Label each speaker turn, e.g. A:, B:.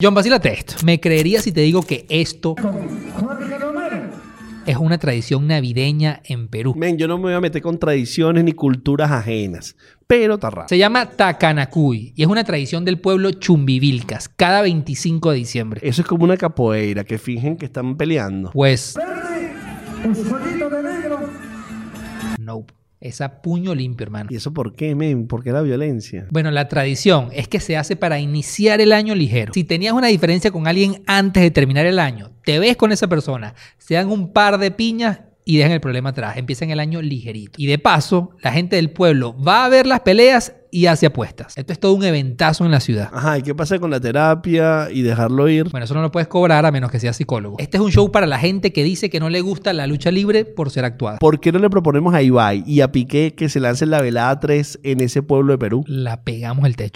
A: John, vacílate esto. Me creería si te digo que esto es una tradición navideña en Perú.
B: Men, yo no me voy a meter con tradiciones ni culturas ajenas. Pero está raro.
A: Se llama Takanacuy y es una tradición del pueblo Chumbivilcas, cada 25 de diciembre.
B: Eso es como una capoeira que fingen que están peleando.
A: Pues,
C: negro.
A: no, esa puño limpio, hermano.
B: ¿Y eso por qué, men? ¿Por qué la violencia?
A: Bueno, la tradición es que se hace para iniciar el año ligero. Si tenías una diferencia con alguien antes de terminar el año, te ves con esa persona, se dan un par de piñas y dejan el problema atrás. Empiezan el año ligerito. Y de paso, la gente del pueblo va a ver las peleas y hace apuestas. Esto es todo un eventazo en la ciudad.
B: Ajá, ¿y qué pasa con la terapia y dejarlo ir?
A: Bueno, eso no lo puedes cobrar a menos que seas psicólogo. Este es un show para la gente que dice que no le gusta la lucha libre por ser actuada.
B: ¿Por qué no le proponemos a Ibai y a Piqué que se lancen la velada 3 en ese pueblo de Perú?
A: La pegamos el techo.